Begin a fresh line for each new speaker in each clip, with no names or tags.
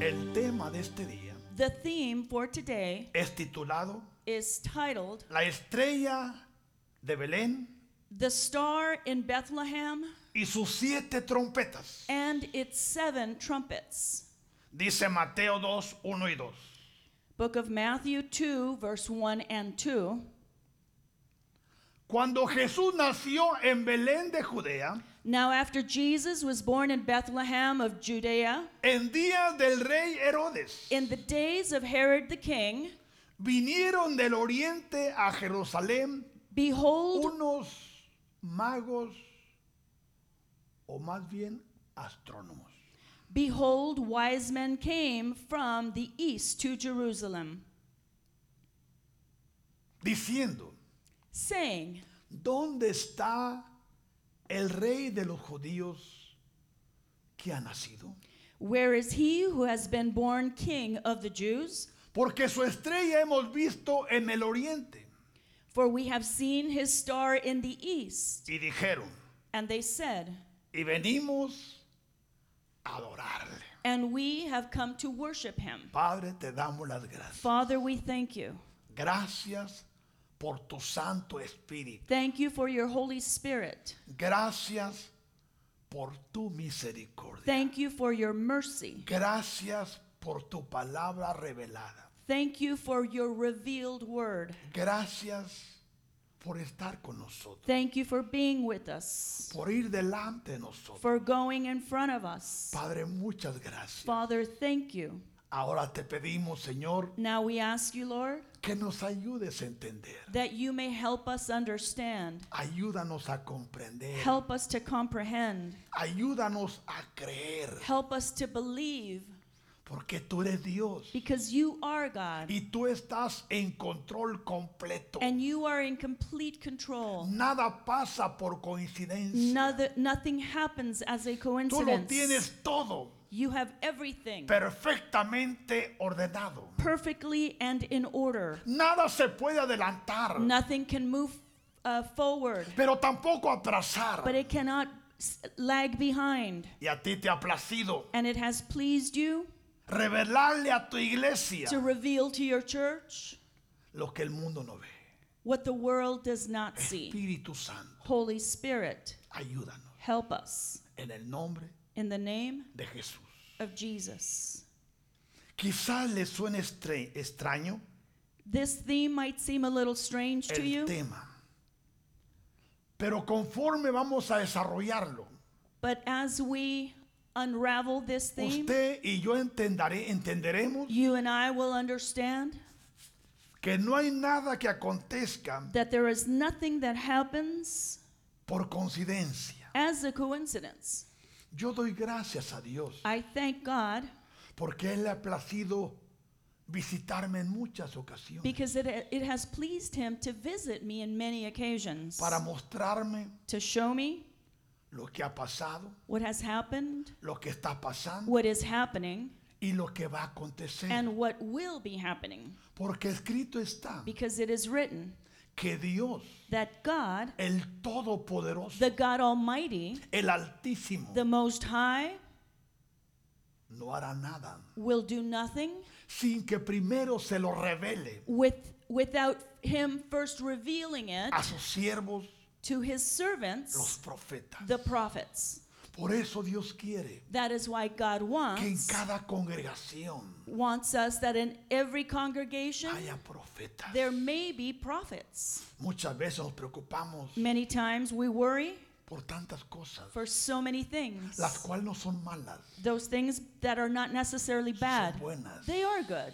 El tema de este día
The theme for today
es titulado
is titled
La estrella de Belén
The Star in Bethlehem
y sus siete trompetas.
and Its Seven Trumpets.
Dice Mateo 2, 1 y 2.
Book of Matthew 2, verse 1 and 2.
Cuando Jesús nació en Belén de Judea,
Now, after Jesus was born in Bethlehem of Judea,
en día del rey Herodes,
in the days of Herod the king,
vinieron del oriente a Jerusalén
behold,
unos magos, o más bien astrónomos,
behold, wise men came from the east to Jerusalem,
diciendo,
saying,
¿dónde está el rey de los judíos que ha nacido?
Where is he who has been born king of the Jews?
Porque su estrella hemos visto en el oriente.
For we have seen his star in the east.
Y dijeron,
And they said,
y venimos a adorarle.
And we have come to worship him.
Padre, te damos las gracias.
Father, we thank you.
Gracias por tu Santo Espíritu.
Thank you for your Holy Spirit.
Gracias por tu misericordia.
Thank you for your mercy.
Gracias por tu palabra revelada.
Thank you for your revealed word.
Gracias por estar con nosotros.
Thank you for being with us,
Por ir delante de nosotros.
for going in front of us.
Padre, muchas gracias.
Father, thank you.
Ahora te pedimos, Señor,
Now we ask you, Lord,
que nos ayudes a entender.
that you may help us understand,
Ayúdanos a comprender.
help us to comprehend,
Ayúdanos a creer.
help us to believe,
Porque tú eres Dios.
because you are God
Y tú estás en control completo.
and you are in complete control.
Nada pasa por coincidencia.
Noth- nothing happens as a
Tú lo
coincidence.
tienes todo
You have everything
perfectamente ordenado.
perfectly and in order.
Nada se puede adelantar,
Nothing can move uh, forward,
pero tampoco atrasar.
but it cannot s- lag behind.
Y a ti te ha placido
And it has pleased you
revelarle a tu iglesia
to reveal to your church
lo que el mundo no ve.
what the world does not see.
Espíritu Santo,
Holy Spirit,
ayúdanos
help us
en el nombre
in the name
de Jesús.
of Jesus.
Quizás le suene estre- extraño
This theme might seem a little strange to
el
you,
tema, pero conforme vamos a desarrollarlo,
but as we unravel this theme,
usted y yo entenderé, entenderemos
you and I will understand
que no hay nada que acontezca
that there is nothing that happens
por coincidencia.
as a coincidence.
Yo doy gracias a Dios
I thank God
porque Él le ha placido visitarme en muchas ocasiones
because it, it has pleased Him to visit me in many occasions
para mostrarme
to show me
lo que ha pasado,
what has happened,
lo que está pasando
what is happening,
y lo que va a acontecer.
and what will be happening.
Porque escrito está
Because it is written
que Dios,
that God,
el Todopoderoso,
the God Almighty,
el Altísimo,
the Most High,
no hará nada
will do nothing
sin que primero se lo revele
with, without Him first revealing it
a sus siervos,
to His servants,
los profetas.
the prophets.
Por eso Dios quiere
That is why God
que en
wants
cada congregación
wants us that in every congregation
haya profetas.
there may be prophets.
Muchas veces nos preocupamos
Many times we worry
por tantas cosas,
for so many things.
las cuales no son malas,
Those things that are not necessarily bad.
son buenas.
They are good.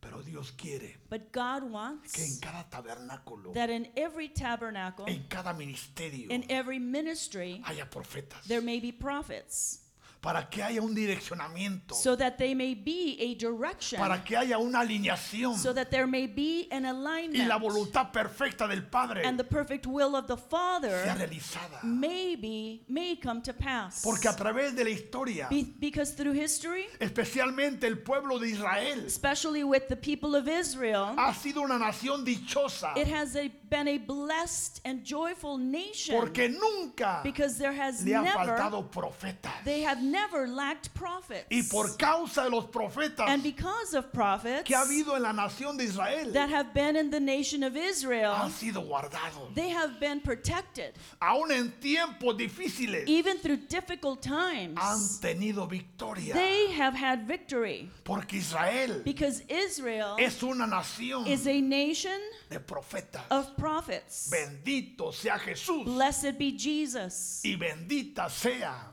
Pero Dios quiere
But God
que en
wants
cada tabernáculo,
that in every tabernacle,
en cada ministerio,
in every ministry,
haya profetas.
there may be prophets.
Para que haya un direccionamiento,
So that they may be a direction.
para que haya una alineación
So that there may be an
y la
alignment.
voluntad perfecta del Padre
And the perfect will of the
sea
Father
realizada.
maybe may come to pass.
Porque a través de la historia,
Be- because through history,
especialmente el pueblo de Israel, Ah.
especially with the people of Israel,
ha sido una nación dichosa
it has a, been a blessed and joyful nation
Porque nunca
because there has
le han
never,
faltado profetas.
they have never lacked prophets.
Y por causa de los profetas
and because of prophets
que ha habido en la nación de Israel,
that have been in the nation of Israel,
han sido guardados.
they have been protected.
Aún en tiempos difíciles,
Even through difficult
han
times,
tenido victoria.
they have had victory
Porque Israel
because Israel
es una nación
is a nation
de profetas.
of prophets.
Bendito sea Jesús.
Blessed be Jesus.
Y bendita sea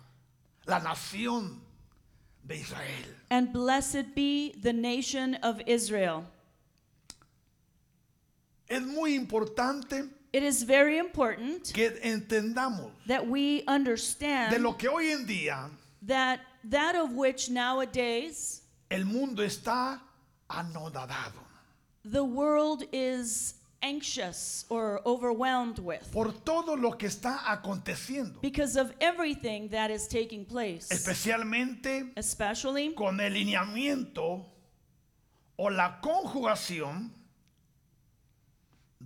la nación de Israel.
And blessed be the nation of Israel.
Es muy importante
It is very important
que entendamos
that we
de
understand
lo que hoy en día
that that of which nowadays
el mundo está anonadado
the world is anxious or overwhelmed with
por todo lo que está aconteciendo,
because of everything that is taking place,
especialmente
especially
con el lineamiento o la conjugación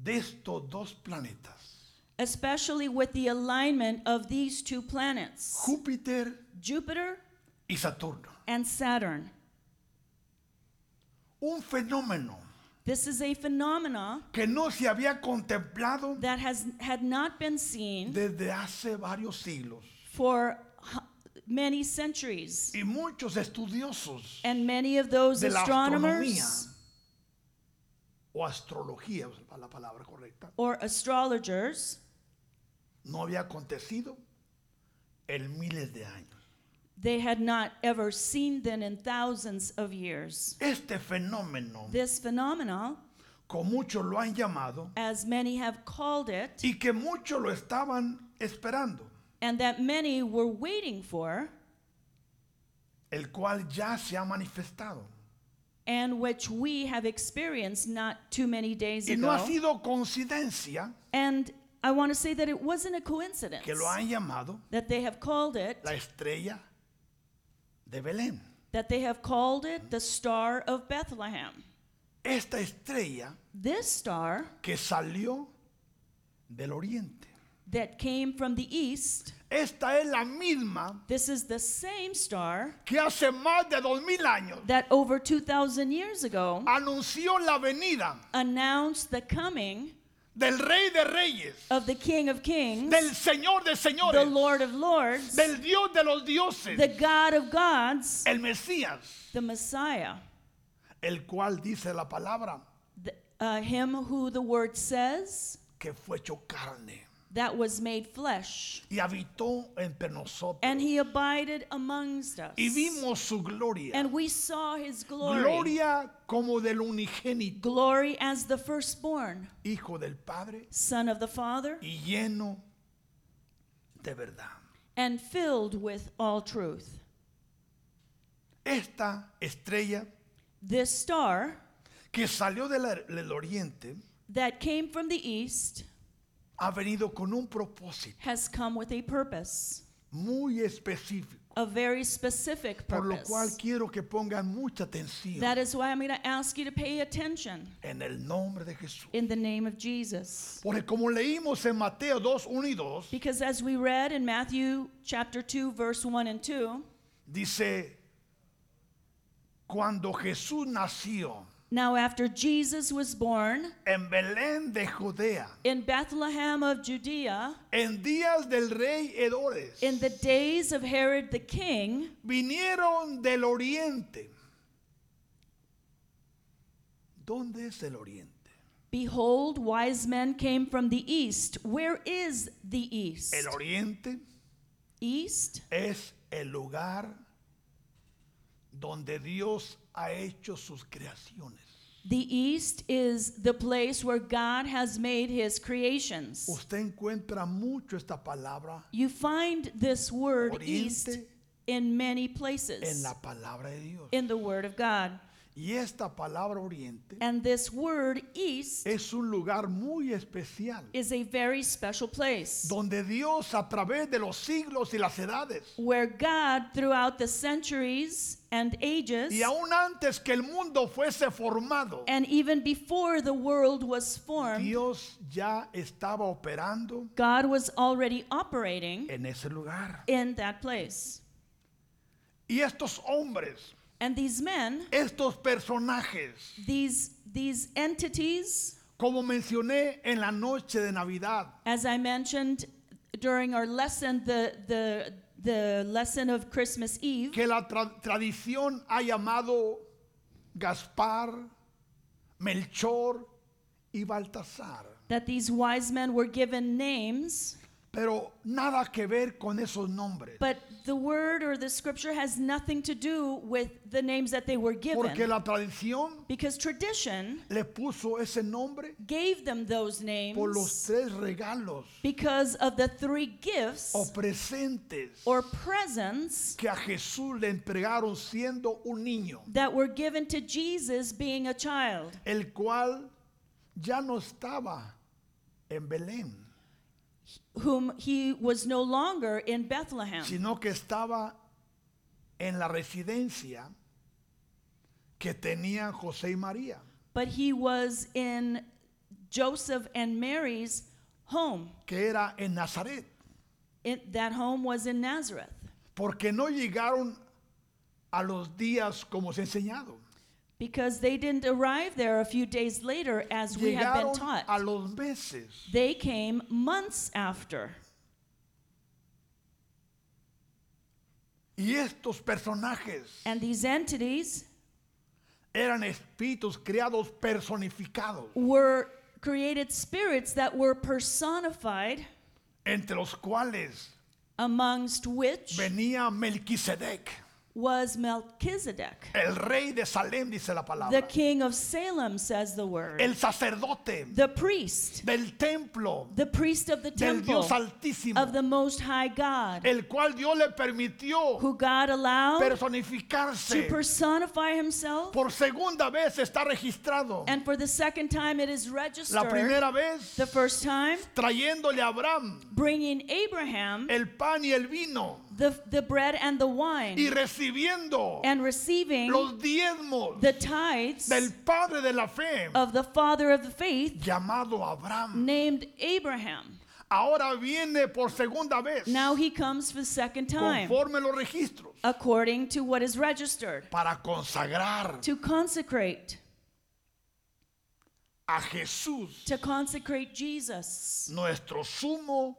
de estos dos planetas,
especially with the alignment of these two planets,
Júpiter
Jupiter
y Saturno.
and Saturn.
Un fenómeno
This is a phenomena
que no se había contemplado
that has had not been seen
desde hace varios siglos
for hu- many centuries.
y muchos estudiosos
And many of those
de la astronomía
astronomers
o astrología, es la palabra correcta,
or astrologers,
no había acontecido en miles de años.
they had not ever seen them in thousands of years.
Este fenómeno,
This phenomena,
como muchos lo han llamado,
as many have called it,
y que muchos lo estaban esperando,
and that many were waiting for,
el cual ya se ha manifestado
and which we have experienced not too many days
y no ha
ago.
sido coincidencia
And I want to say that it wasn't a coincidence
que lo han llamado
that they have called it,
la estrella de Belén.
that they have called it the Star of Bethlehem.
Esta estrella
This star
que salió del oriente.
that came from the east
Esta es la misma
This is the same star
que hace más de dos mil años
that over 2,000 years ago
anunció la venida
announced the coming
del Rey de Reyes,
of the King of Kings,
del Señor de
the
Señores,
Lord of Lords,
del Dios de los
the
dioses,
God of gods,
el Mesías,
the Messiah,
el cual dice la palabra
the, uh, Him who the Word says
que fue hecho carne
that was made flesh,
y habitó entre nosotros.
and He abided amongst us.
Y vimos su gloria,
And we saw His glory,
gloria como del unigénito,
glory as the firstborn,
Hijo del Padre
Son of the Father,
y lleno de verdad.
and filled with all truth.
Esta estrella
This star
que salió del, del oriente
that came from the east
ha venido con un propósito
has come with a purpose,
muy específico,
a very specific
por lo cual
purpose.
quiero que pongan mucha atención
That is why I'm going to ask you to pay attention
en el nombre de Jesús.
in the name of Jesus.
Porque como leímos en Mateo 2, 1 y 2,
Because as we read in Matthew chapter 2 verse 1 and 2,
dice, cuando Jesús nació
now after Jesus was born
en Belén de Judea,
in Bethlehem of Judea
en días del rey Herodes,
in the days of Herod the king,
vinieron del oriente. ¿Dónde es el oriente?
behold wise men came from the east. Where is the east?
El oriente
East
es el lugar donde Dios ha hecho sus creaciones.
The east is the place where God has made his creations.
Usted encuentra mucho esta palabra
You find this word
Oriente.
east in many
en
places
la palabra de Dios.
in the word of God.
Y esta palabra oriente
And this word east
es un lugar muy especial
is a very special place
donde Dios a través de los siglos y las edades
where God, throughout the centuries and ages,
y aún antes que el mundo fuese formado,
and even before the world was formed,
Dios ya estaba operando
God was already operating
en ese lugar.
in that place.
Y estos hombres,
And these men,
estos personajes,
these, these entities,
como mencioné en la noche de Navidad,
as I mentioned during our lesson, the, the, the lesson of Christmas Eve,
que la tra- tradición ha llamado Gaspar, Melchor y Baltasar.
that these wise men were given names,
Pero nada que ver con esos nombres.
but the word or the scripture has nothing to do with the names that they were
Porque
given.
la tradición
Because tradition
le puso ese nombre
gave them those names
por los tres regalos
because of the three gifts
o presentes
or presents
que a Jesús le entregaron siendo un niño,
that were given to Jesus being a child,
el cual ya no estaba en Belén,
whom he was no longer in Bethlehem,
sino que estaba en la residencia que tenían José y María.
but he was in Joseph and Mary's home.
que era en Nazaret,
It, that home was in Nazareth
porque no llegaron a los días como se ha enseñado.
because they didn't arrive there a few days later as we have been
Llegaron a
taught.
los meses.
They came months after.
Y estos personajes
And these entities
eran espíritus criados personificados,
were created spirits that were personified,
entre los cuales
amongst which
venía Melquisedec,
was Melchizedek,
el rey de Salem, dice la
the
palabra,
king of Salem, says the word,
el sacerdote
the priest,
del templo
the priest of the
del
temple
Dios Altísimo, Eh,
of the Most High God,
el cual Dios le permitió
who God allowed to
personificarse.
personify himself.
Por segunda vez está registrado.
And for the second time, it is
La
registered
primera vez
the first time,
trayéndole a Abraham
bringing Abraham
el pan y el vino
the, the bread and the
y
wine
recibiendo
and receiving
los diezmos
the tithes
del padre de la fe
of the father of the faith
llamado Abraham.
named Abraham.
Ahora viene por segunda vez
Now he comes for the second time,
conforme los registros
according to what is registered,
para consagrar
to consecrate,
a Jesús
to consecrate Jesus,
nuestro sumo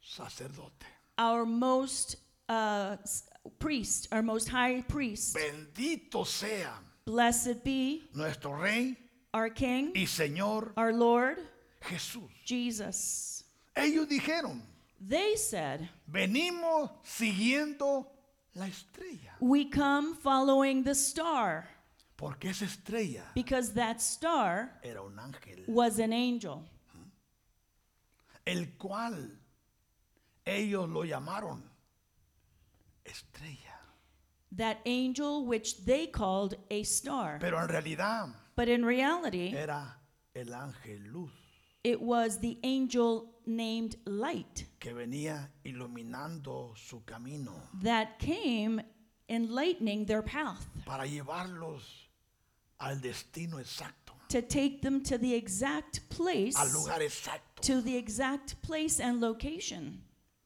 sacerdote.
our most uh, s- priest, our most high priest.
Bendito sea
Blessed be
nuestro rey
our King,
y Señor
our Lord,
Jesús.
Jesus.
Ellos dijeron,
They said,
Venimos siguiendo la estrella.
We come following the star,
Porque esa estrella
because that star
era un ángel,
was an angel,
el cual ellos lo llamaron estrella.
that angel which they called a star.
Pero en realidad
But in reality,
era el ángel luz
it was the angel named Light
que venía iluminando su camino
that came enlightening their path
para llevarlos al destino exacto,
to take them to the exact place,
al lugar exacto,
to the exact place and location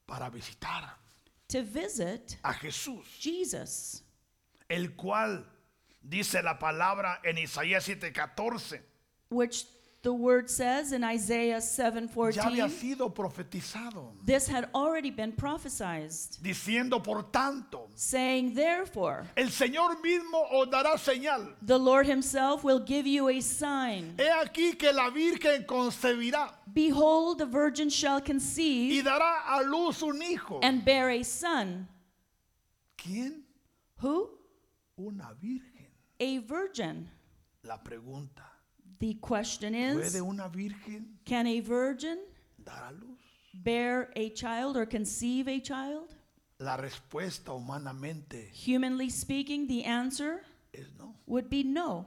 para visitar
to visit
a Jesús.
Jesus,
el cual dice la palabra en Isaías 7:14,
which the word says in
ya
Isaiah
había
7:14.
sido profetizado,
This had already been prophesied,
diciendo, por tanto,
saying, Therefore,
el Señor mismo os dará señal.
the Lord himself will give you a sign.
He aquí que la Virgen concebirá
Behold, the virgin shall
y
conceive
dará a luz un hijo.
and bear a son.
¿Quién?
Who?
Una virgen.
A virgin.
La pregunta,
The question
¿puede
is
una virgen
can a virgin
dar a luz?
bear a child or conceive a child?
La respuesta humanamente
Humanly speaking, the answer
es no.
would be no.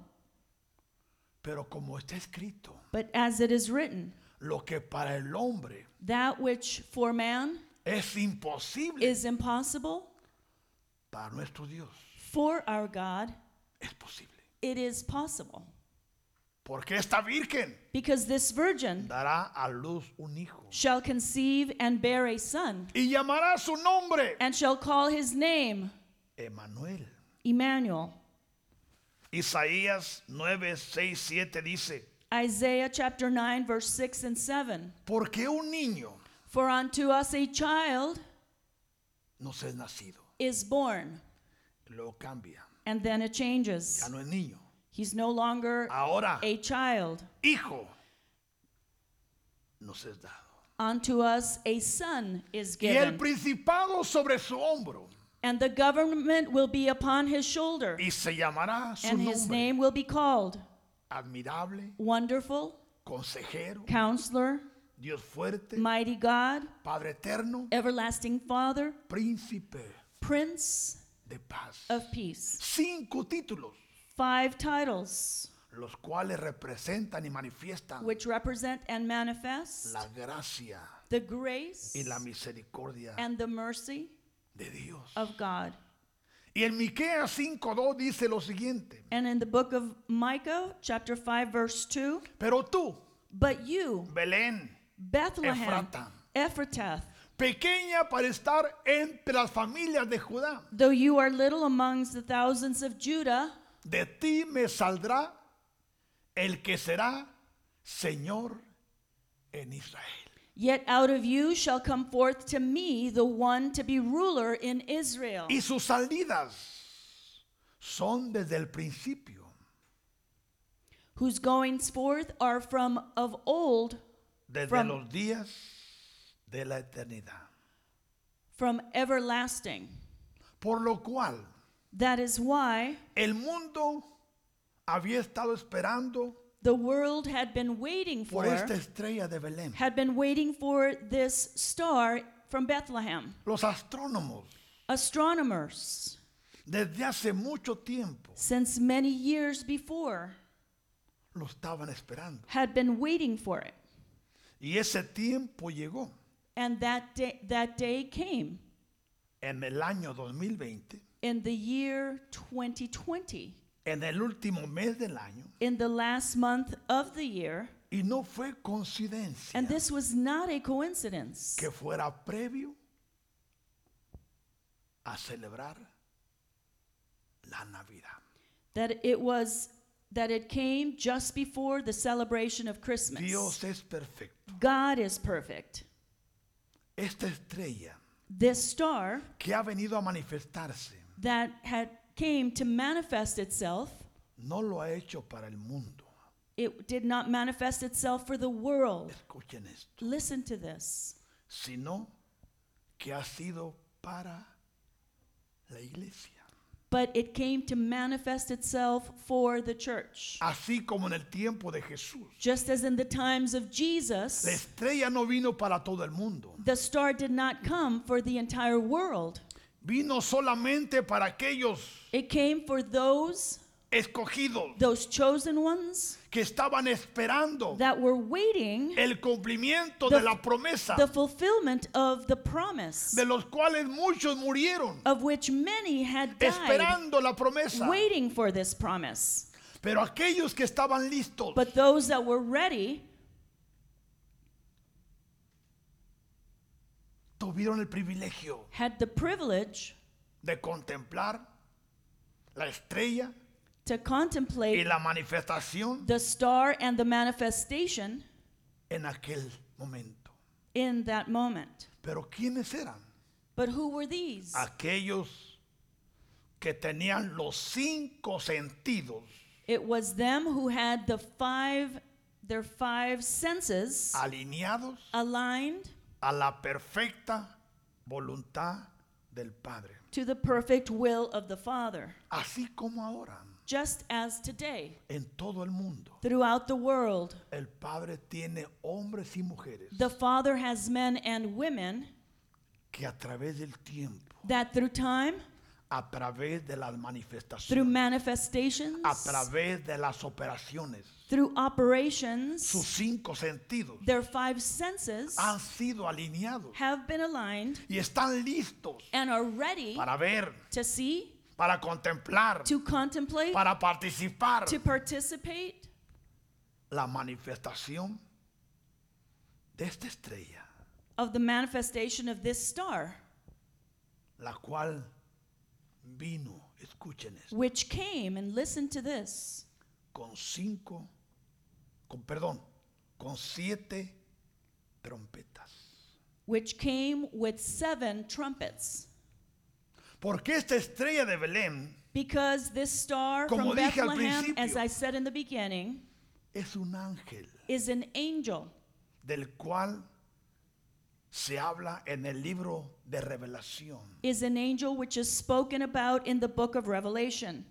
Pero como está escrito,
But as it is written,
lo que para el hombre
that which for man
es imposible,
is impossible,
para nuestro Dios
for our God
es posible.
it is possible.
Porque esta virgen
Because this virgin
dará a luz un hijo
shall conceive and bear a son,
y llamará su nombre
and shall call his name
Emanuel.
Emmanuel.
Isaías 9, 6, 7 dice,
Isaiah chapter 9, verse 6 and 7.
porque un niño
For unto us a child
nos es nacido.
is born.
Lo cambia,
And then it
ya
changes.
no es niño.
He's no longer
Ahora,
a child.
hijo nos es dado.
Unto us a son is
Y el
given.
principado sobre su hombro
And the government will be upon his shoulder.
y se llamará su
And his
nombre
name will be called
admirable,
Wonderful,
consejero,
Counselor,
Dios fuerte,
Mighty God,
Padre eterno,
Everlasting Father,
príncipe
Prince
de paz.
of Peace.
Cinco títulos,
Five titles
los cuales representan y manifiestan
which represent and manifest
la gracia
the grace
y la misericordia
and the mercy
de Dios.
of God.
Y en Miqueas 5:2 dice lo siguiente:
And in the book of Micah, chapter 5, verse 2,
Pero tú,
but you,
Belén,
Bethlehem,
Ephrata.
Ephratah,
pequeña para estar entre las familias de Judá,
though you are little amongst the thousands of Judah,
de ti me saldrá el que será Señor en Israel.
yet out of you shall come forth to me the one to be ruler in Israel.
Y sus salidas son desde el principio,
whose goings forth are from of old,
desde
From-
los días de la eternidad.
from everlasting.
Por lo cual
That is why
el mundo había estado esperando
the world had been waiting
por esta
for,
estrella de Belén.
had been waiting for this star from Bethlehem.
Los astrónomos
Astronomers,
desde hace mucho tiempo
since many years before,
lo estaban esperando.
had been waiting for it.
Y ese tiempo llegó.
And that day, that day came
En el año 2020,
in the year 2020,
en el último mes del año,
in the last month of the year.
y no fue coincidencia
And this was not a coincidence.
que fuera previo a celebrar la Navidad.
that it was that it came just before the celebration of Christmas.
Dios es perfecto.
God is perfect.
Esta estrella
This star
que ha venido a manifestarse
that had came to manifest itself,
no lo ha hecho para el mundo.
it did not manifest itself for the world.
Escuchen esto.
Listen to this.
Sino que ha sido para la iglesia.
But it came to manifest itself for the church.
Así como en el tiempo de Jesús.
Just as in the times of
La
Jesus,
estrella no vino para todo el mundo.
the star did not come for the entire world.
Vino solamente para aquellos
It came for those,
escogidos
those chosen ones
que estaban esperando
that were waiting
el cumplimiento
The-
de la promesa,
the fulfillment of the promise
de los cuales muchos murieron
of which many had died
esperando la promesa.
waiting for this promise
Pero aquellos que estaban listos
but those that were ready
tuvieron el privilegio
had the privilege
de contemplar la estrella
to
y
contemplate
la manifestación
the star and the manifestation
en aquel momento.
in that moment
Pero ¿quiénes eran?
but who were these
Ah. Aquellos que tenían los cinco sentidos
it was them who had the five their five senses
Ah. alineados
aligned
a la perfecta voluntad del Padre.
to the perfect will of the father
Así como ahora,
just as today
en todo el mundo,
throughout the world
el Padre tiene hombres y mujeres
The Father has men and women
que a través del tiempo
that through time
a través de las
through
manifestaciones,
manifestations,
Ah, a través de las operaciones.
through operations.
Sus cinco sentidos
Their five senses
han sido alineados
have been aligned
y están listos
and are ready
para ver,
to see,
para contemplar,
to contemplate,
para participar.
to participate
La manifestación de esta estrella,
of the manifestation of this star,
la cual vino, escuchen esto,
which came, and listen to this,
con cinco, con perdón, con siete trompetas.
which came with seven trumpets.
Porque esta estrella de Belén
Because this star
Como
from
dije al
Bethlehem, as
principio.
I said in the beginning,
es un ángel
is an angel
del cual se habla en el libro de Revelación.
is an angel which is spoken about in the book of revelation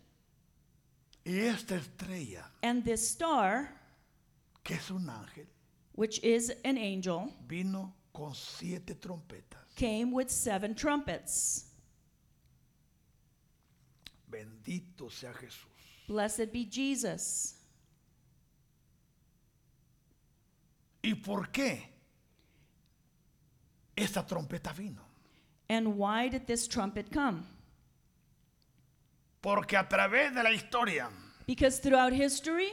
Y esta estrella,
and this star
que es un ángel,
which is an angel
vino con siete trompetas.
came with seven trumpets.
Bendito sea Jesús.
Blessed be Jesus.
¿Y por qué esta trompeta vino?
And why did this trumpet come?
Porque a través de la historia
Because throughout history,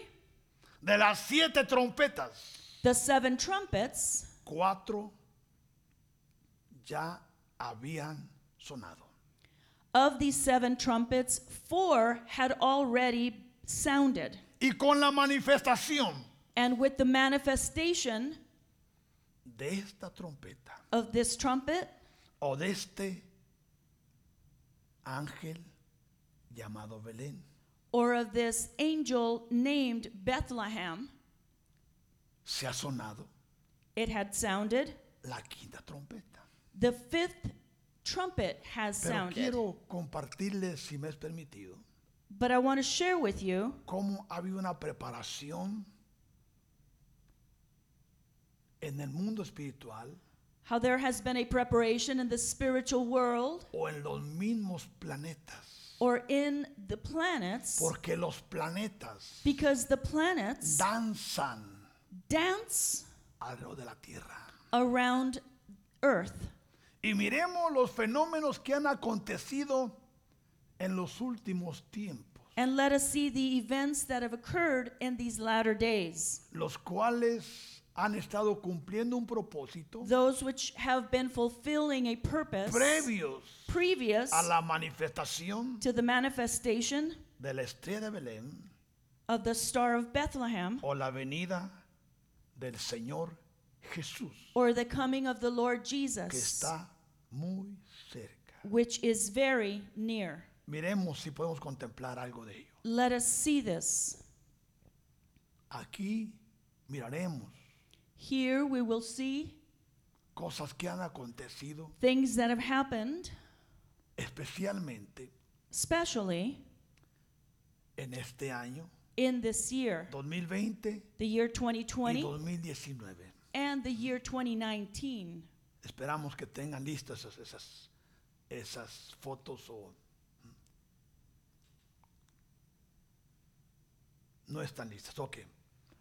de las siete trompetas,
the seven trumpets,
cuatro ya habían sonado.
of these seven trumpets, four had already sounded.
Y con la manifestación
And with the manifestation
de esta trompeta
of this trumpet
o de este ángel llamado Belén,
or of this angel named Bethlehem,
se ha sonado
it had sounded.
la quinta trompeta.
The fifth trumpet has
Pero
sounded.
quiero compartirles, si me es permitido,
But I want to share with you
cómo ha habido una preparación en el mundo espiritual
how there has been a preparation in the spiritual world
o en los mismos planetas.
or in the planets
Porque los planetas
because the planets
danzan
dance
alrededor de la Tierra.
around Earth.
Y miremos los fenómenos que han acontecido en los últimos tiempos,
And let us see the events that have occurred in these latter days,
los cuales han estado cumpliendo un propósito
those which have been fulfilling a purpose
previos
previous
a la manifestación
to the manifestation
de la estrella de Belén
of the Star of Bethlehem
o la venida del Señor Jesús,
or the coming of the Lord
que
Jesus,
está muy cerca.
which is very near.
Miremos si podemos contemplar algo de ello.
Let us see this.
Aquí miraremos
Here we will see
cosas que han acontecido
things that have happened,
especialmente
especially
en este año
in this year,
2020
the year
y
2020
2019.
and the year 2019.
Esperamos que tengan listas esas, esas, esas fotos o mm, no están listas. Ok.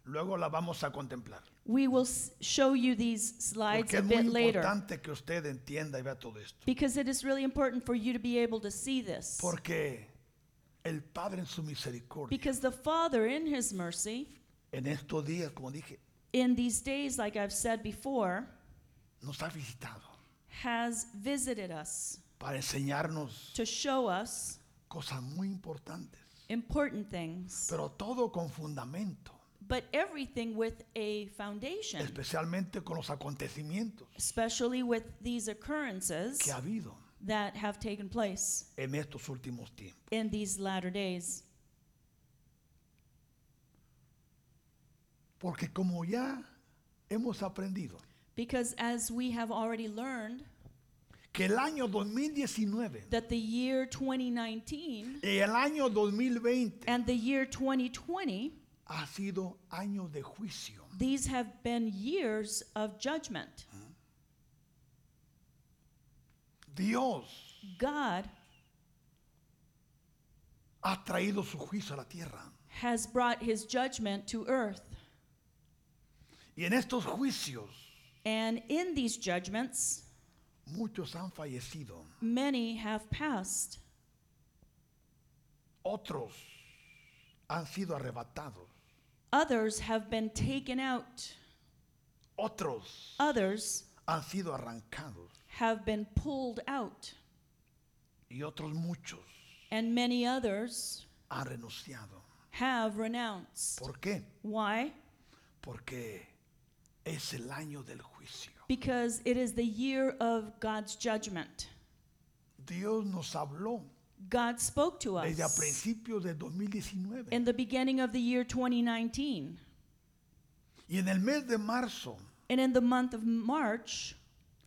Luego las vamos a contemplar.
We will s- show you these slides
Porque
a
es muy
bit later
importante que usted entienda y vea todo esto.
because it is really important for you to be able to see this.
Porque el Padre en su misericordia,
Because the Father, in His mercy,
en estos días, como dije,
in these days, like I've said before,
nos ha visitado
has visited us
para enseñarnos
to show us
cosas muy importantes,
important things,
pero todo con fundamento,
but everything with a foundation,
especialmente con los acontecimientos
especially with these occurrences
que ha habido
that have taken place
en estos últimos tiempos.
in these latter days.
Porque como ya hemos aprendido
Because as we have already learned,
que el año 2019
that the year 2019
y el año 2020
and the year 2020,
ha sido años de juicio,
these have been years of judgment.
Dios
God
ha traído su juicio a la tierra.
has brought his judgment to earth.
Y en estos juicios
And in these judgments,
muchos han fallecido,
many have passed,
otros han sido arrebatados,
others have been taken out,
otros
others
han sido arrancados
have been pulled out,
y otros muchos
and many others
han renunciado.
have renounced.
¿Por qué?
Why?
Porque es el año del juicio.
Because it is the year of God's judgment.
Dios nos habló
God spoke to
desde a
us
principios de 2019
in the beginning of the year 2019.
y en el mes de marzo,
And in the month of March,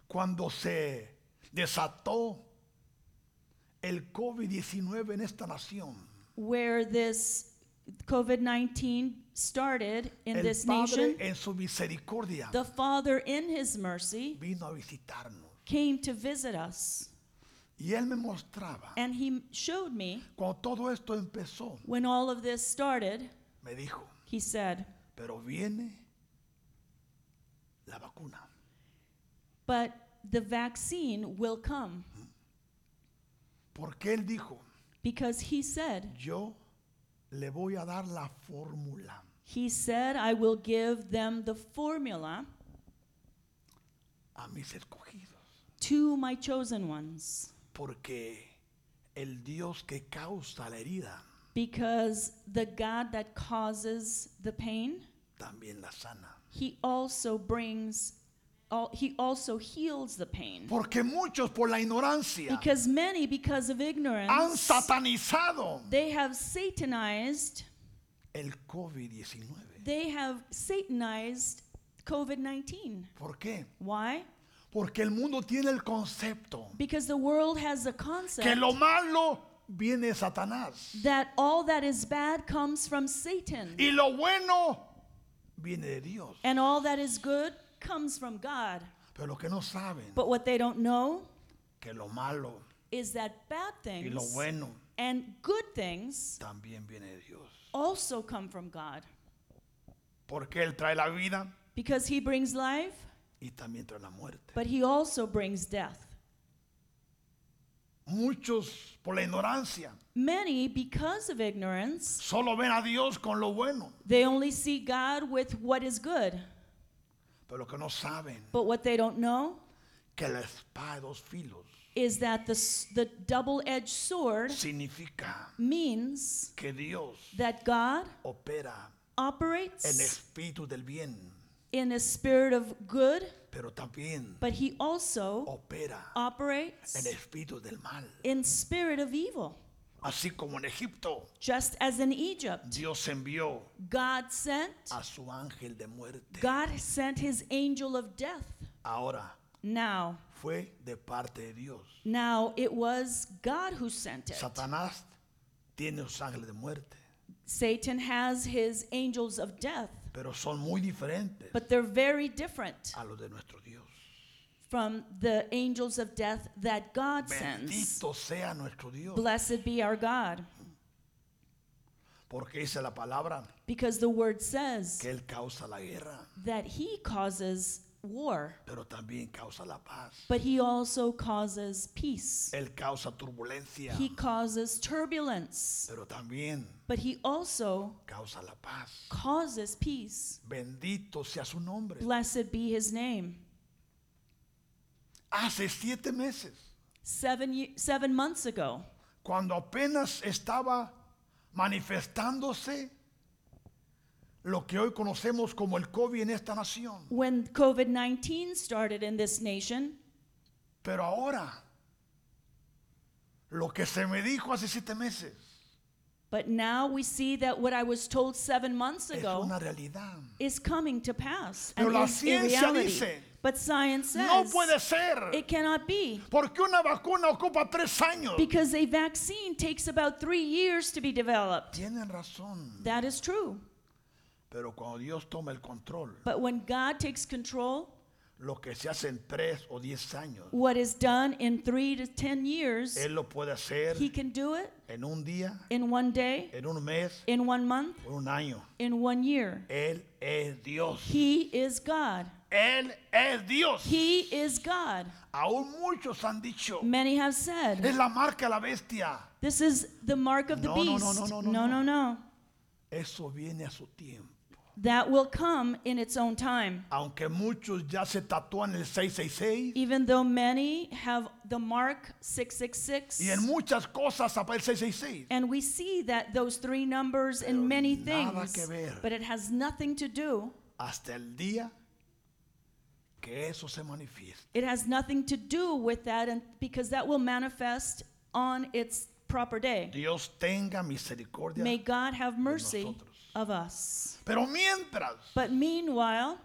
cuando se desató el COVID-19 en esta nación,
where this COVID 19 started in
el
this
Padre
nation,
en su misericordia
the Father, in His mercy,
vino a visitarnos
came to visit us.
y él me mostraba
And He showed me
cuando todo esto empezó,
when all of this started,
me dijo,
He said,
pero viene la vacuna.
But the vaccine will come.
Porque él dijo,
Because He said,
yo le voy a dar la fórmula.
He said, I will give them the formula
a mis escogidos,
to my chosen ones.
porque el Dios que causa la herida
Because the God that causes the pain,
también la sana.
He also brings, al- He also heals the pain.
Porque muchos por la ignorancia
Because many, because of
han
ignorance,
satanizado
they have satanized,
el COVID-19.
they have satanized COVID 19.
¿Por qué?
Why?
Porque el mundo tiene el concepto
Because the world has a
que
concept
lo malo viene de Satanás
that all that is bad comes from Satan,
y lo bueno viene de Dios.
and all that is good comes from God.
Pero lo que no saben,
But what they don't know
que lo malo
is that bad
y lo
things
bueno
and good things
también viene de Dios.
also come from God
Porque Él trae la vida
because He brings life,
y también trae la muerte.
but He also brings death.
Muchos por la ignorancia
Many, because of ignorance,
solo ven a Dios con lo bueno,
they only see God with what is good.
pero lo que no saben
But what they don't know
que la espada de dos filos
is that the, s- the double edged sword
significa
means
que Dios
that God
opera en
operates
espíritu del bien,
in a spirit of good,
pero también
but He also
opera en
operates
espíritu del mal.
in spirit of evil.
Así como en Egipto
Just as in Egypt,
Dios envió
God sent,
a su ángel de muerte,
God sent his angel of death.
ahora
Now,
fue de parte de Dios.
now it was God who sent it.
Satanás tiene sus ángeles de muerte,
Satan has his angels of death,
pero son muy diferentes
but they're very different
a los de nuestro Dios.
from the angels of death that God sends.
Bendito sea nuestro Dios.
Blessed be our God,
Porque dice la palabra
because the word says
que Él causa la guerra,
that he causes war,
pero también causa la paz.
but he also causes peace.
Él causa turbulencia,
He causes turbulence,
pero también
but he also
causa la paz.
causes peace.
Bendito sea su nombre.
Blessed be his name.
Hace siete meses,
Seven, ye- seven months ago,
cuando apenas estaba manifestándose lo que hoy conocemos como el COVID en esta nación,
when COVID 19 started in this nation,
pero ahora lo que se me dijo hace siete meses
but now we see that what I was told seven months
es
ago
una realidad.
is coming to pass
Pero
and
la
is a
ciencia
reality.
dice,
but science
No
says
puede ser.
it cannot be
Porque una vacuna ocupa tres años.
because a vaccine takes about three years to be developed.
Tienen razón.
That is true.
Pero cuando Dios toma el control,
But when God takes control,
lo que se hace en tres o diez años,
What is done in three to ten years,
Él lo puede hacer
he can do it
en un día,
in one day,
en un mes,
in one month,
en un año.
in one year.
Él es Dios.
He is God.
Él es Dios.
He is God.
Aún muchos han dicho,
Many have said,
es la marca de la bestia.
this is the mark of the
No, no,
beast.
no, no, no,
no,
no.
no, no.
Eso viene a su tiempo.
That will come in its own time.
Aunque muchos ya se tatúan el 666
Even though many have the mark
y en
666,
muchas cosas aparece el 666.
and we see that those three numbers in many
nada que
things,
ver.
but it has nothing to do.
Hasta el día que eso se manifiesta.
It has nothing to do with that, and because that will manifest on its proper day.
Dios tenga misericordia.
May God have mercy
nosotros.
of us.
Pero mientras
But meanwhile,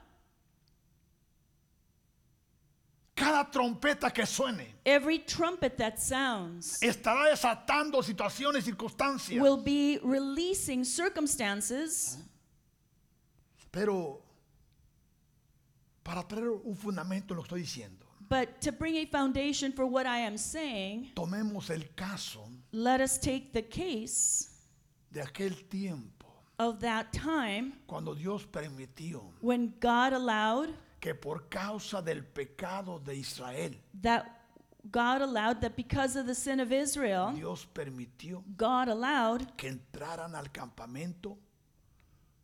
cada trompeta que suene
every trumpet that sounds
estará desatando situaciones, circunstancias.
will be releasing circumstances.
Pero para traer un fundamento en lo que estoy diciendo,
But to bring a foundation for what I am saying,
tomemos el caso
let us take the case
de aquel tiempo
of that time
cuando Dios permitió
when God allowed
que por causa del pecado de Israel,
that God allowed that because of the sin of Israel,
Dios permitió
God allowed
que entraran al campamento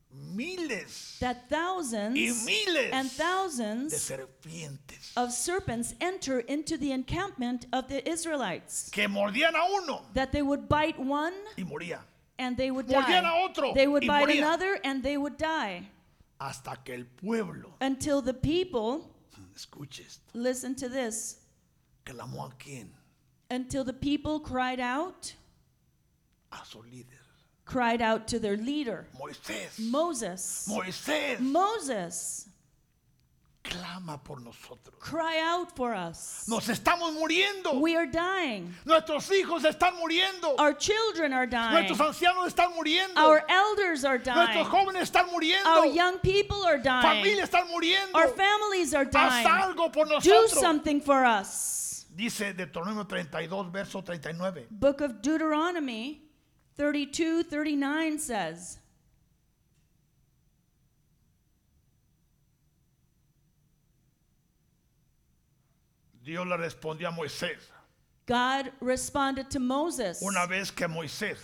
miles
that thousands
y miles
and
de
thousands
serpientes
of serpents enter into the encampment of the Israelites.
que mordían a uno
That they would bite one
y moría
and they would
Mordían
die.
a otro
They would
y
bite
morían.
another and they would die.
hasta que el pueblo,
Until the people,
escuche esto,
listen to this,
clamó a quién,
until the people cried out,
a su líder,
cried out to their leader,
Moisés.
Moses.
Moisés
Moses,
clama por nosotros.
cry out for us.
Nos estamos muriendo.
We are dying.
Nuestros hijos están muriendo.
Our children are dying.
Nuestros ancianos están muriendo.
Our elders are
Nuestros
dying.
jóvenes están
Our
muriendo.
young people are dying.
Familias están muriendo.
Our families are
Haz
dying.
algo por
Do
nosotros.
something for us.
Dice Deuteronomio 32, verso 39.
Book of Deuteronomy 32 39 says,
Dios le respondió a Moisés.
God responded to Moses.
Una vez que Moisés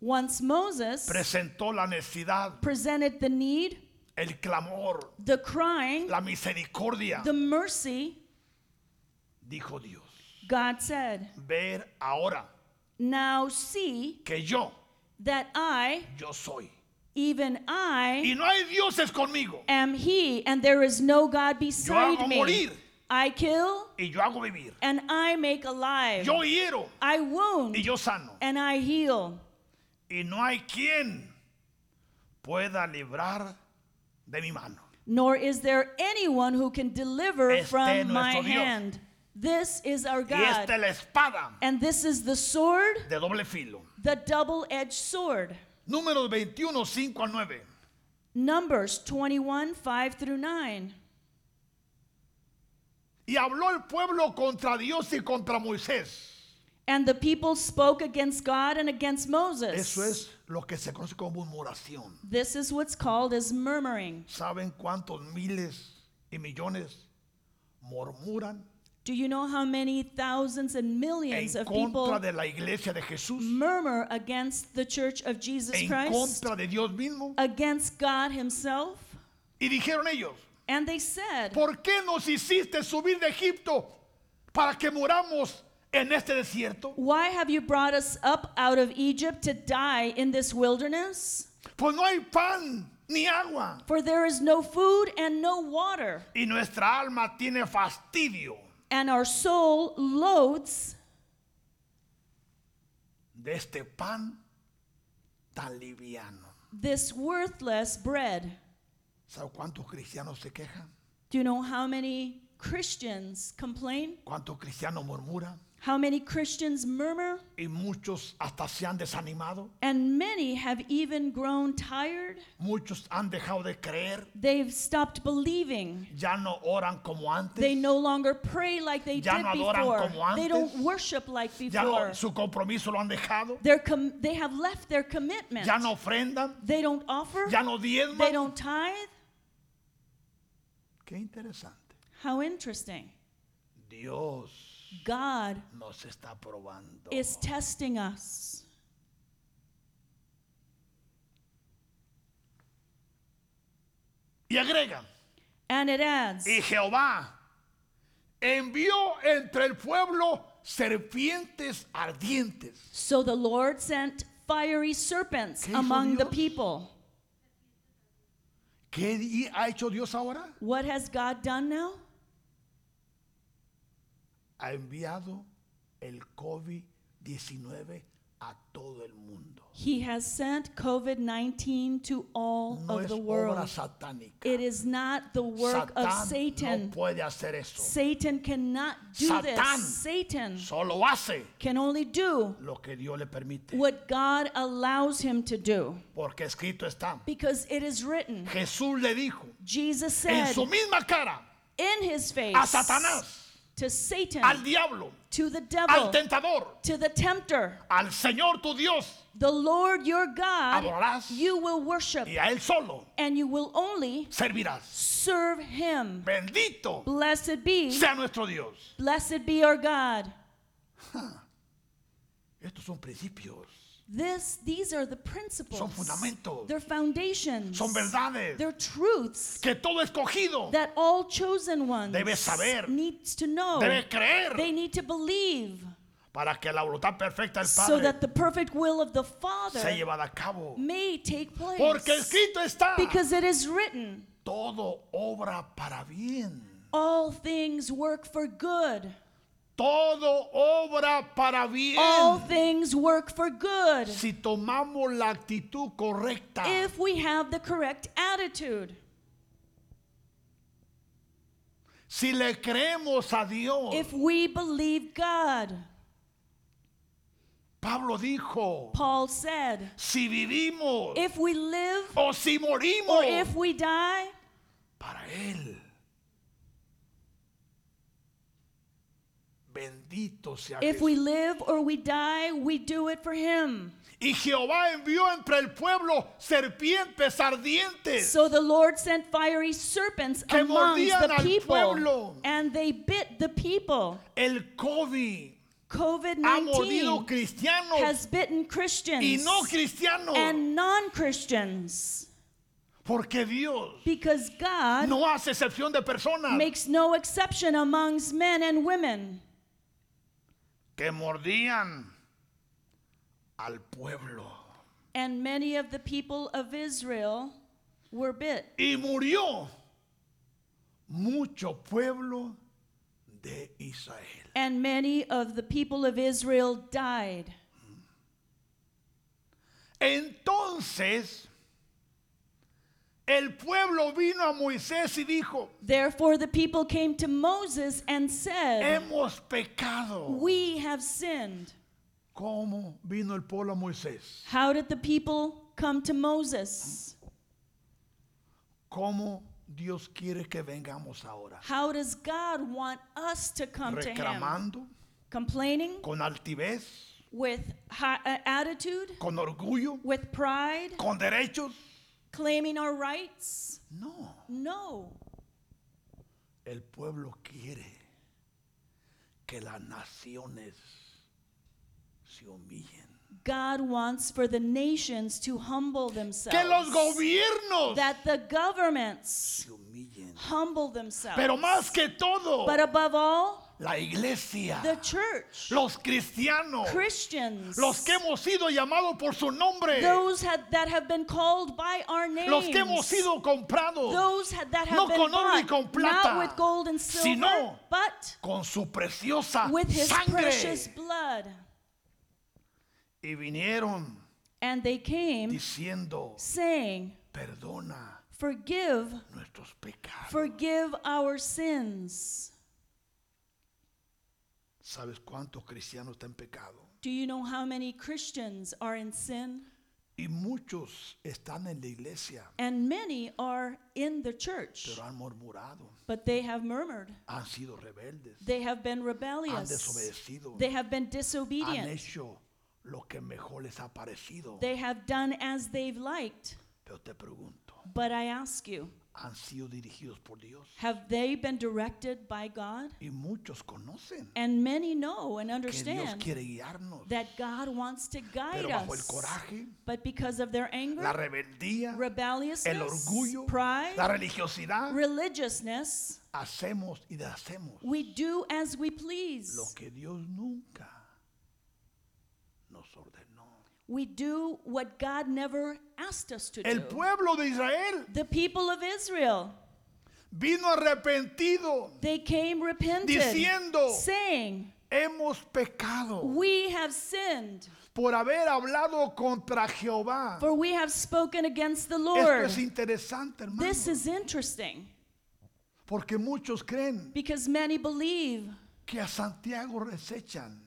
Once Moses
presentó la necesidad,
presented the need,
el clamor,
the crying,
la misericordia,
the mercy,
dijo Dios.
God said,
Ver ahora
Now see
que yo,
that I,
yo soy.
even I,
Y no hay dioses conmigo.
am He, and there is no God beside
hago
me.
morir.
I kill
y yo hago vivir.
and I make alive.
Yo hiero
I
y
wound
yo sano.
and I heal.
Y no hay quien pueda librar de mi mano.
nor is there anyone who can deliver
Este
from my
nuestro Dios.
hand. This is our
Y esta
God.
es la espada
And this is the sword,
de doble filo.
the double edged sword.
Números 21, 5 al 9.
Numbers 21 5 through 9.
Y habló el pueblo contra Dios y contra Moisés.
And the people spoke against God and against Moses.
Eso es lo que se conoce como murmuración.
This is what's called as murmuring.
¿Saben cuántos miles y millones murmuran
Do you know how many thousands and millions
en
of people
contra de la iglesia de Jesús?
murmur against the church of Jesus
En
Christ,
contra de Dios mismo.
against God Himself?
Y dijeron ellos,
And they said,
¿Por qué nos hiciste subir de Egipto para que moramos en este desierto?
Why have you brought us up out of Egypt to die in this wilderness?
Pues no hay pan ni agua
For there is no food and no water,
y nuestra alma tiene fastidio
and our soul loathes
de este pan tan liviano.
this worthless bread.
¿Sabe cuántos cristianos se quejan?
Do you know how many Christians complain?
¿Cuántos cristianos murmuran?
How many Christians murmur?
y muchos hasta se han desanimado,
And many have even grown tired.
muchos han dejado de creer,
They've stopped believing.
ya no oran como
They
antes,
no longer pray like they
Ya
did
no adoran
before.
como
They
antes.
don't worship like
ya no,
before.
su compromiso lo han dejado,
They're com- they have left their commitment.
ya no ofrendan,
They don't offer.
ya no
They
diezman.
don't tithe.
Qué interesante.
How interesting.
Dios
God
nos está probando.
is testing us.
Y agrega,
And it adds,
y Jehová envió entre el pueblo serpientes ardientes.
So the Lord sent fiery serpents
¿Qué hizo
among the
Dios?
people.
¿Qué di- ha hecho Dios ahora?
What has God done now?
Ha enviado el COVID-19 a todo el mundo.
He has sent COVID 19 to all
No
of
es
the
obra
world.
satánica.
It is not the work of
Satán
Satan.
no puede hacer eso.
Satan cannot do
Satán.
this. Satan
Solo hace
can only do
lo que Dios le permite.
what God allows him to do
Porque escrito está.
because it is written.
Jesús le dijo
Jesus
en
said
su misma cara
in his face
a Satanás,
to Satan,
al diablo,
to the
al
devil,
tentador,
to the tempter,
al Señor tu Dios,
the Lord your God,
adorarás y
you will worship
a Él solo
and you will only
servirás.
serve him.
Bendito
Blessed be,
sea nuestro Dios.
blessed be our God.
Estos son principios,
This, these are the
son
principles.
fundamentos,
They're foundations.
son verdades
They're truths
que todo escogido
that all chosen ones
Debe saber.
needs to know.
debe creer
They need to believe
para que la voluntad perfecta del
so
Padre
that the perfect will of the
sea
Father
llevada a cabo.
may take place.
Porque escrito está,
Because it is written,
todo obra para bien.
all things work for good.
Todo obra para bien.
All things work for good
si tomamos la actitud correcta,
if we have the correct attitude.
si le creemos a Dios.
If we believe God.
Pablo dijo,
Paul said,
si vivimos
if we live
o si morimos,
or if we die,
para Él. Bendito sea
if
Jesús.
we live or we die, we do it for Him.
Y Jehová envió entre el pueblo serpientes ardientes.
So the Lord sent fiery serpents
Que
amongst
mordían
the
al pueblo.
people, and they bit the people.
el COVID
COVID
ha mordido
19
cristianos
has bitten
y
Christians
no cristianos.
and non Christians
Porque Dios
because God
no hace excepción de personas.
makes no exception amongst men and women
que mordían al pueblo.
and many of the people of Israel were bit
Y murió mucho pueblo de Israel.
and many of the people of Israel died
Entonces, el pueblo vino a Moisés y dijo,
therefore the people came to Moses and said
hemos pecado.
we have sinned
¿Cómo vino el pueblo a Moisés?
how did the people come to Moses
¿Cómo Dios quiere que vengamos ahora?
how does God want us to come to him
Reclamando,
complaining
con altivez,
with hi- uh, attitude
con orgullo,
with pride
con derechos.
claiming our rights
No.
no
El pueblo quiere que las naciones se humillen.
God wants for the nations to humble
Que los
themselves.
gobiernos
That the governments
se humillen.
humble themselves.
Pero más que todo,
But above all,
la iglesia,
the church,
los cristianos,
Christians,
los que hemos sido llamados por su nombre,
those had, that have been called by our names,
los que hemos sido comprados
those had, that have
Oh. no
been
con oro y
bought,
con plata,
not with gold and silver,
sino
but
con su preciosa
with His precious
sangre.
blood.
Y vinieron
And they came
diciendo,
saying,
perdona
Forgive,
nuestros pecados.
forgive our sins.
¿Sabes cuántos cristianos están en pecado?
Do you know how many Christians are in sin?
Y muchos están en la iglesia,
And many are in the church,
pero han murmurado,
but they have murmured.
han sido rebeldes,
They have been
han
rebellious.
desobedecido,
They have been
han
disobedient.
hecho lo que mejor les ha parecido.
They have done as they've liked.
Pero te pregunto,
But I ask you,
¿han sido dirigidos por Dios?
have they been directed by God?
Y muchos conocen
And many know and
que Dios
understand
quiere guiarnos,
that God wants to guide
pero bajo el
us.
coraje,
But because of their
la
anger,
rebeldía, el
rebelliousness,
orgullo, la
pride,
religiosidad,
religiousness,
hacemos y deshacemos
we do as we
lo
please.
que Dios nunca nos ordenó.
We do what God never asked us to
El
do.
pueblo de Israel
The people of Israel,
vino arrepentido
they came repentant,
Diciendo,
saying,
hemos pecado
We have sinned,
por haber hablado contra Jehová.
for we have spoken against the
Esto
Lord.
es interesante, hermano,
This is interesting
porque muchos creen
because many believe,
que a Santiago resechan.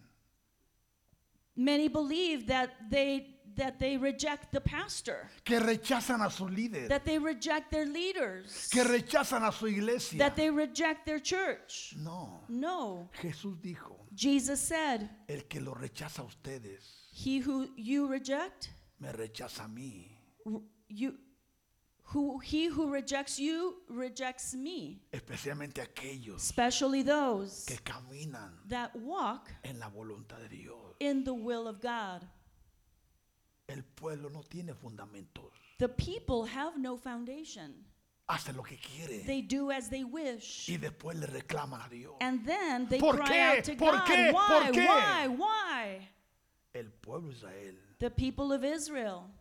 many believe that they that they reject the pastor,
que rechazan a su líder,
that they reject their leaders,
que rechazan a su iglesia.
that they reject their church.
No,
No.
Jesús dijo,
Jesus said,
el que lo rechaza a ustedes,
"He who you reject,
me rechaza a mí.
r- you who he who rejects you rejects me,
Especialmente aquellos
especially those
que caminan
that walk
en la voluntad de Dios.
in the will of God."
El pueblo no tiene fundamentos,
The people have no foundation.
hace lo que quiere
They do as they wish.
y después le reclaman a Dios.
And then they
¿Por
cry
qué?
out to
¿Por
God,
qué?
why,
¿Por qué?"
why, why?
El pueblo de Israel,
The people of Israel,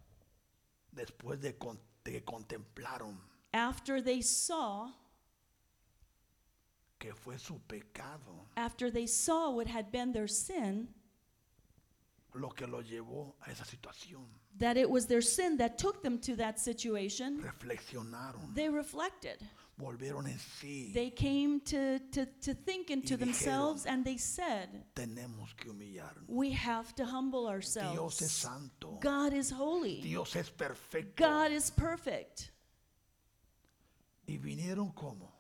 después de, con- de que contemplaron
after they saw,
que fue su pecado
after they saw what had been their sin,
lo que lo llevó a esa situación,
that it was their sin that took them to that situation,
reflexionaron.
they reflected.
volvieron en sí.
They came to, to, to think into
dijeron,
themselves and they said,
Tenemos que humillarnos.
We have to humble
Dios es
ourselves.
santo.
God is holy.
Dios es perfecto.
God is perfect.
Y vinieron como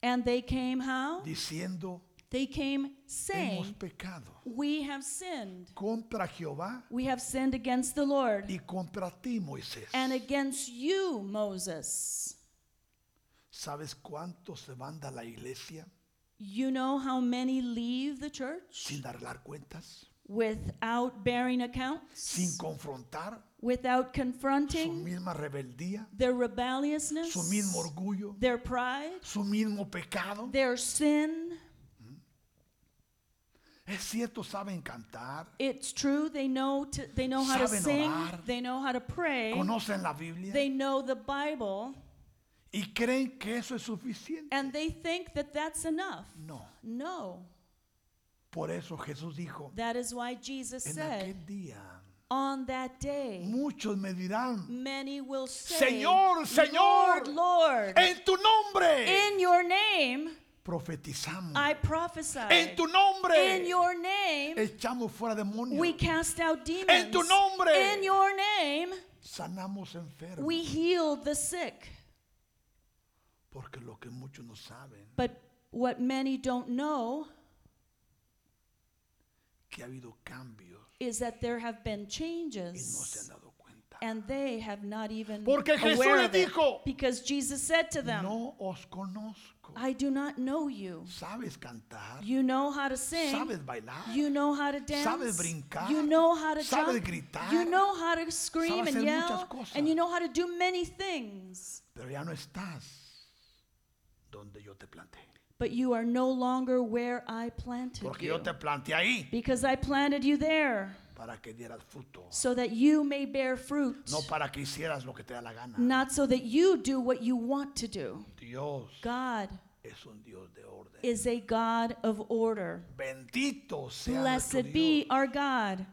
And they came how?
diciendo,
They came
hemos
saying,
pecado
We have sinned.
contra Jehová
We have sinned against the Lord
y contra ti, Moisés.
and against you, Moses.
¿Sabes cuántos se van de la iglesia
You know how many leave the church
sin arreglar cuentas,
without bearing accounts,
sin confrontar
without
su
confronting
misma rebeldía,
their
su
rebelliousness,
mismo orgullo,
their pride,
su mismo pecado?
their sin?
Es cierto, saben cantar,
It's true they know to, they know how to
Saben
sing,
orar.
they know how to pray,
conocen la Biblia
they know the Bible,
y creen que eso es suficiente.
and they think that that's enough.
No.
No.
Por eso Jesús dijo,
That is why Jesus
en
said,
aquel día
on that day,
muchos me dirán,
Many will say,
Señor, Señor, eh,
Lord, Lord,
en tu nombre
in your name
profetizamos,
I prophesy.
en tu
in
nombre
your name
echamos fuera
we
demonios,
cast out demons.
En tu nombre.
in your name
sanamos enfermos,
we healed the sick.
porque lo que muchos no saben,
But what many don't know
que ha habido cambios
is that there have been
y no se han
changes
dado cuenta.
and they have not even
Porque Jesús
aware
les
of it.
dijo,
because Jesus said to them,
No os conozco.
I do not know you.
Sabes cantar,
You know how to sing.
sabes bailar,
You know how to dance.
Sabes brincar.
You know how to
Sabes
jump.
gritar.
You know how to scream
Sabes
and
hacer muchas
yell.
cosas.
And you know how to do many things.
pero ya no estás donde yo te planté.
But you are no longer where I planted
Porque
you.
yo te planté ahí
Because I planted you there
para que dieras fruto.
so that you may bear fruit.
No para que hicieras lo que te da la gana.
Not so that you do what you want to do.
Dios
God
es un Dios de orden.
is a God of order.
Bendito sea nuestro
Blessed be
Dios.
our God.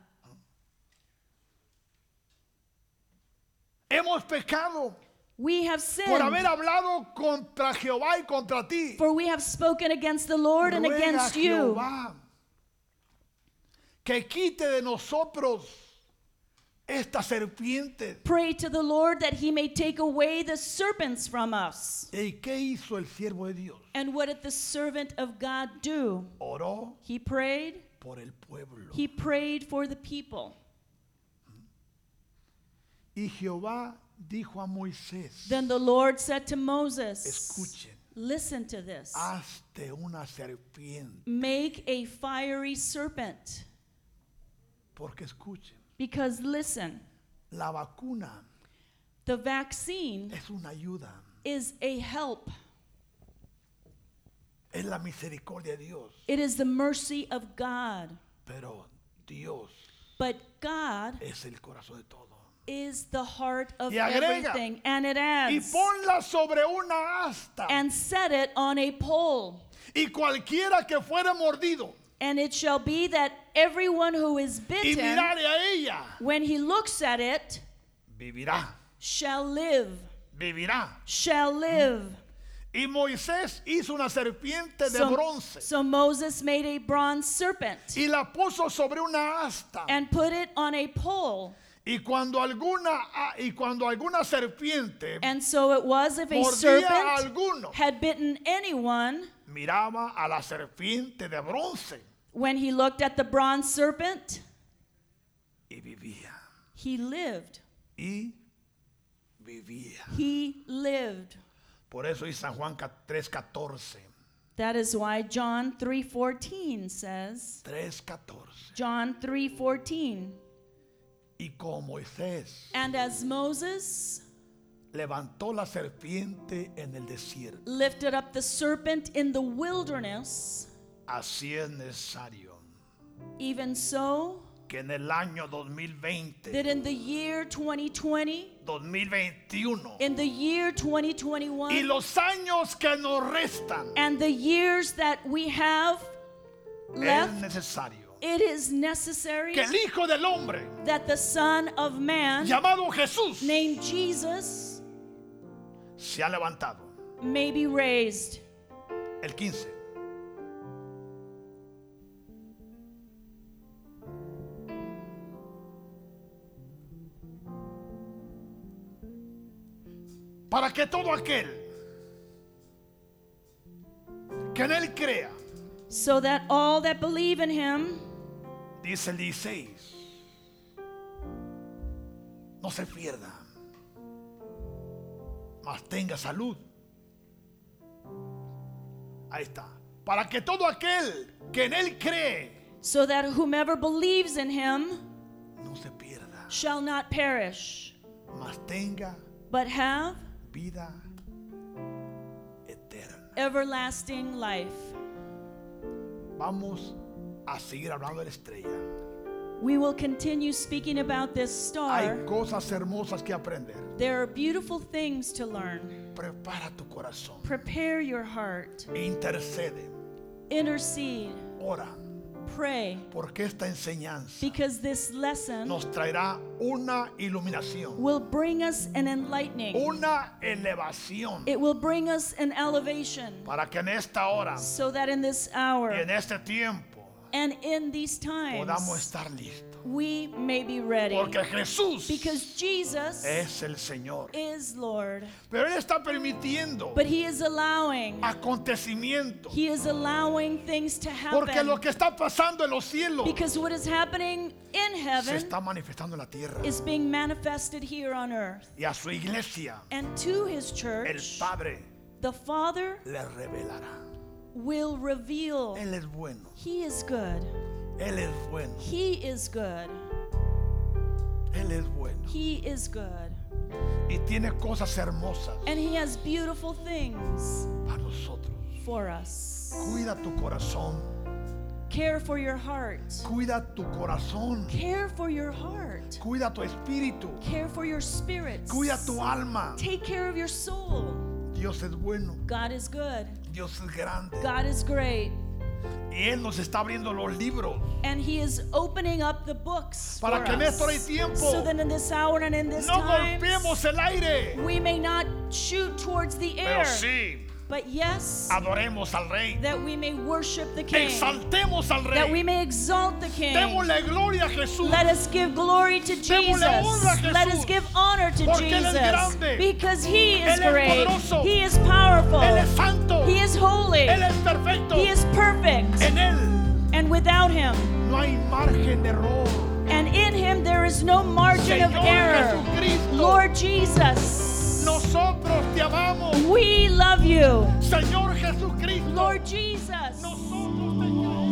Hemos pecado
We have
por haber
sinned,
hablado contra Jehová y contra ti.
for we have spoken against the Lord and
Ruega
against you.
Jehová que quite de nosotros esta serpiente.
Pray to the Lord that he may take away the serpents from us.
¿Y qué hizo el siervo de Dios?
And what did the servant of God do?
Oró
He prayed.
por el pueblo.
He prayed for the people.
Y Jehová dijo a Moisés,
Then the Lord said to Moses,
Escuchen.
Listen to this.
Ah. hazte una serpiente,
Make a fiery serpent.
porque escuchen,
Because listen,
la vacuna
the vaccine
es una ayuda,
is a help,
es la misericordia de Dios,
it is the mercy of God.
pero Dios
But God
es el corazón de todo.
is the heart of
Y agrega.
everything. And it
Y
adds,
ponla sobre una asta,
and set it on a pole.
y cualquiera que fuere mordido
And it shall be that everyone who is
y
bitten,
mirare a ella,
when he looks at it,
vivirá,
shall live.
vivirá.
Shall live.
Y Moisés hizo una serpiente de
So,
bronce
so Moses made a bronze serpent
y la puso sobre una asta.
and put it on a pole.
Y cuando alguna ah, y cuando alguna serpiente
And so it was if a
mordía a
serpent
alguno,
had bitten anyone,
miraba a la serpiente de bronce
when he looked at the bronze serpent,
y vivía.
he lived.
Y vivía.
He lived.
Por eso dice San Juan ca- 3:14.
That is why John 3:14 says,
3:14.
John 3:14,
Y como Moisés
and as Moses
levantó la serpiente en el desierto,
lifted up the serpent in the wilderness,
así es necesario
even so
que en el año
that
2020,
in the year 2020,
2021
in the year
y
2021,
los años que nos restan,
and the years that we have
es
left,
necesario
it is necessary
que el Hijo del Hombre,
that the Son of Man,
llamado Jesús,
named Jesus,
se ha levantado.
may be raised.
El 15. Para que todo aquel que en él crea,
so that all that believe in him
dice el 16, no se pierda, mas tenga salud. Ahí está. Para que todo aquel que en él cree,
so that whomever believes in him
no se pierda,
shall not perish
mas tenga
but have
vida eterna.
everlasting life
Vamos a seguir hablando de la estrella.
we will continue speaking about this
Hay
star
cosas hermosas que aprender.
there are beautiful things to learn
Prepara tu corazón.
prepare your heart
Intercede.
intercede
Ora.
pray
Porque esta enseñanza
because this lesson
nos traerá una iluminación,
will bring us an enlightening
una elevación,
it will bring us an elevation
para que en esta hora
so that in this
y
hour
en este tiempo
and in these
podamos
times
estar listos.
we may be ready
Porque Jesús
Because Jesus
es el Señor.
is Lord.
Pero Él está permitiendo
But He is allowing,
acontecimientos.
He is allowing things to
Porque lo
happen.
que está pasando en los cielos
Because what is happening in
se
heaven
está manifestando en la tierra.
is being manifested here on earth.
Y a su iglesia
And to His
el
church,
Padre
the Father
le revelará.
will reveal.
Él es bueno.
He is good.
Él es bueno.
He is good.
Él es bueno.
He is good.
Y tiene cosas hermosas
And He has beautiful things
para nosotros.
for us.
Cuida tu corazón.
Care for your heart.
Cuida tu corazón.
Care for your heart.
Cuida tu espíritu.
Care for your spirit.
Cuida tu alma.
Take care of your soul.
Dios es bueno.
God is good.
Dios es grande.
God is great.
Y Él nos está abriendo los libros.
And He is opening up the books.
Para
for
que en
us.
esto hay tiempo.
So that in this hour and in this
No
time,
golpeemos el aire.
we may not shoot towards the
Pero
air,
sí
But yes,
adoremos al Rey,
that we may worship the King,
exaltemos al
that we
Rey,
may exalt the King.
démosle gloria a Jesús.
Let us give glory to Jesus.
Démosle honra a
Let us
Jesús.
give honor to
Porque Él es
Jesus.
grande.
Because He is
Él es
great.
poderoso.
He is powerful.
Él es santo,
He is holy.
Él es perfecto.
He is perfect.
En Él
And without Him,
no hay margen de error.
and in Him, there is no margin of
Señor
error.
Jesucristo.
Lord Jesus,
Nosotros te amamos,
we love you.
Señor Jesucristo.
Lord Jesus.
Nosotros te amamos.